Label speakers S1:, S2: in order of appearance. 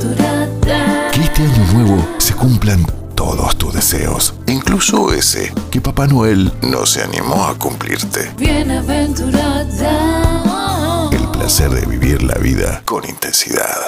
S1: Bienaventurada.
S2: Que este año nuevo se cumplan todos tus deseos, incluso ese que Papá Noel no se animó a cumplirte.
S1: Bienaventurada.
S2: El placer de vivir la vida con intensidad.